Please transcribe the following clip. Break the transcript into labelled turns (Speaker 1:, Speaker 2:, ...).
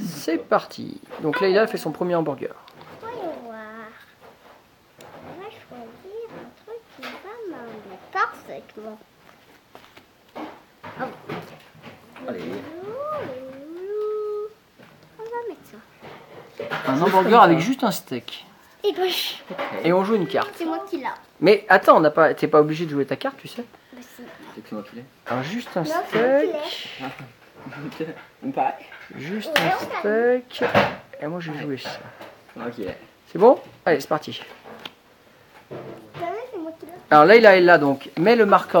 Speaker 1: C'est parti. Donc Leïla fait son premier hamburger.
Speaker 2: Voyons voir. On va choisir un truc qui va m'emmener parfaitement.
Speaker 1: Allez.
Speaker 2: On va mettre ça.
Speaker 1: Un hamburger avec juste un steak.
Speaker 2: Et gauche.
Speaker 1: Et on joue une carte.
Speaker 2: C'est moi qui l'a.
Speaker 1: Mais attends, on n'a pas, t'es pas obligé de jouer ta carte, tu sais.
Speaker 2: Bah, si.
Speaker 3: C'est que c'est moi qui l'ai.
Speaker 1: Un juste un
Speaker 2: Non, c'est moi qui
Speaker 1: steak.
Speaker 3: Même pas
Speaker 1: Juste
Speaker 2: Ouais,
Speaker 1: un
Speaker 2: on
Speaker 1: steak. Et moi j'ai joué ça.
Speaker 3: C'est moi qui l'ai.
Speaker 1: C'est bon Allez, c'est parti.
Speaker 2: T'as vu, c'est moi qui l'a.
Speaker 1: Alors Leïla est là donc. Mets le marqueur de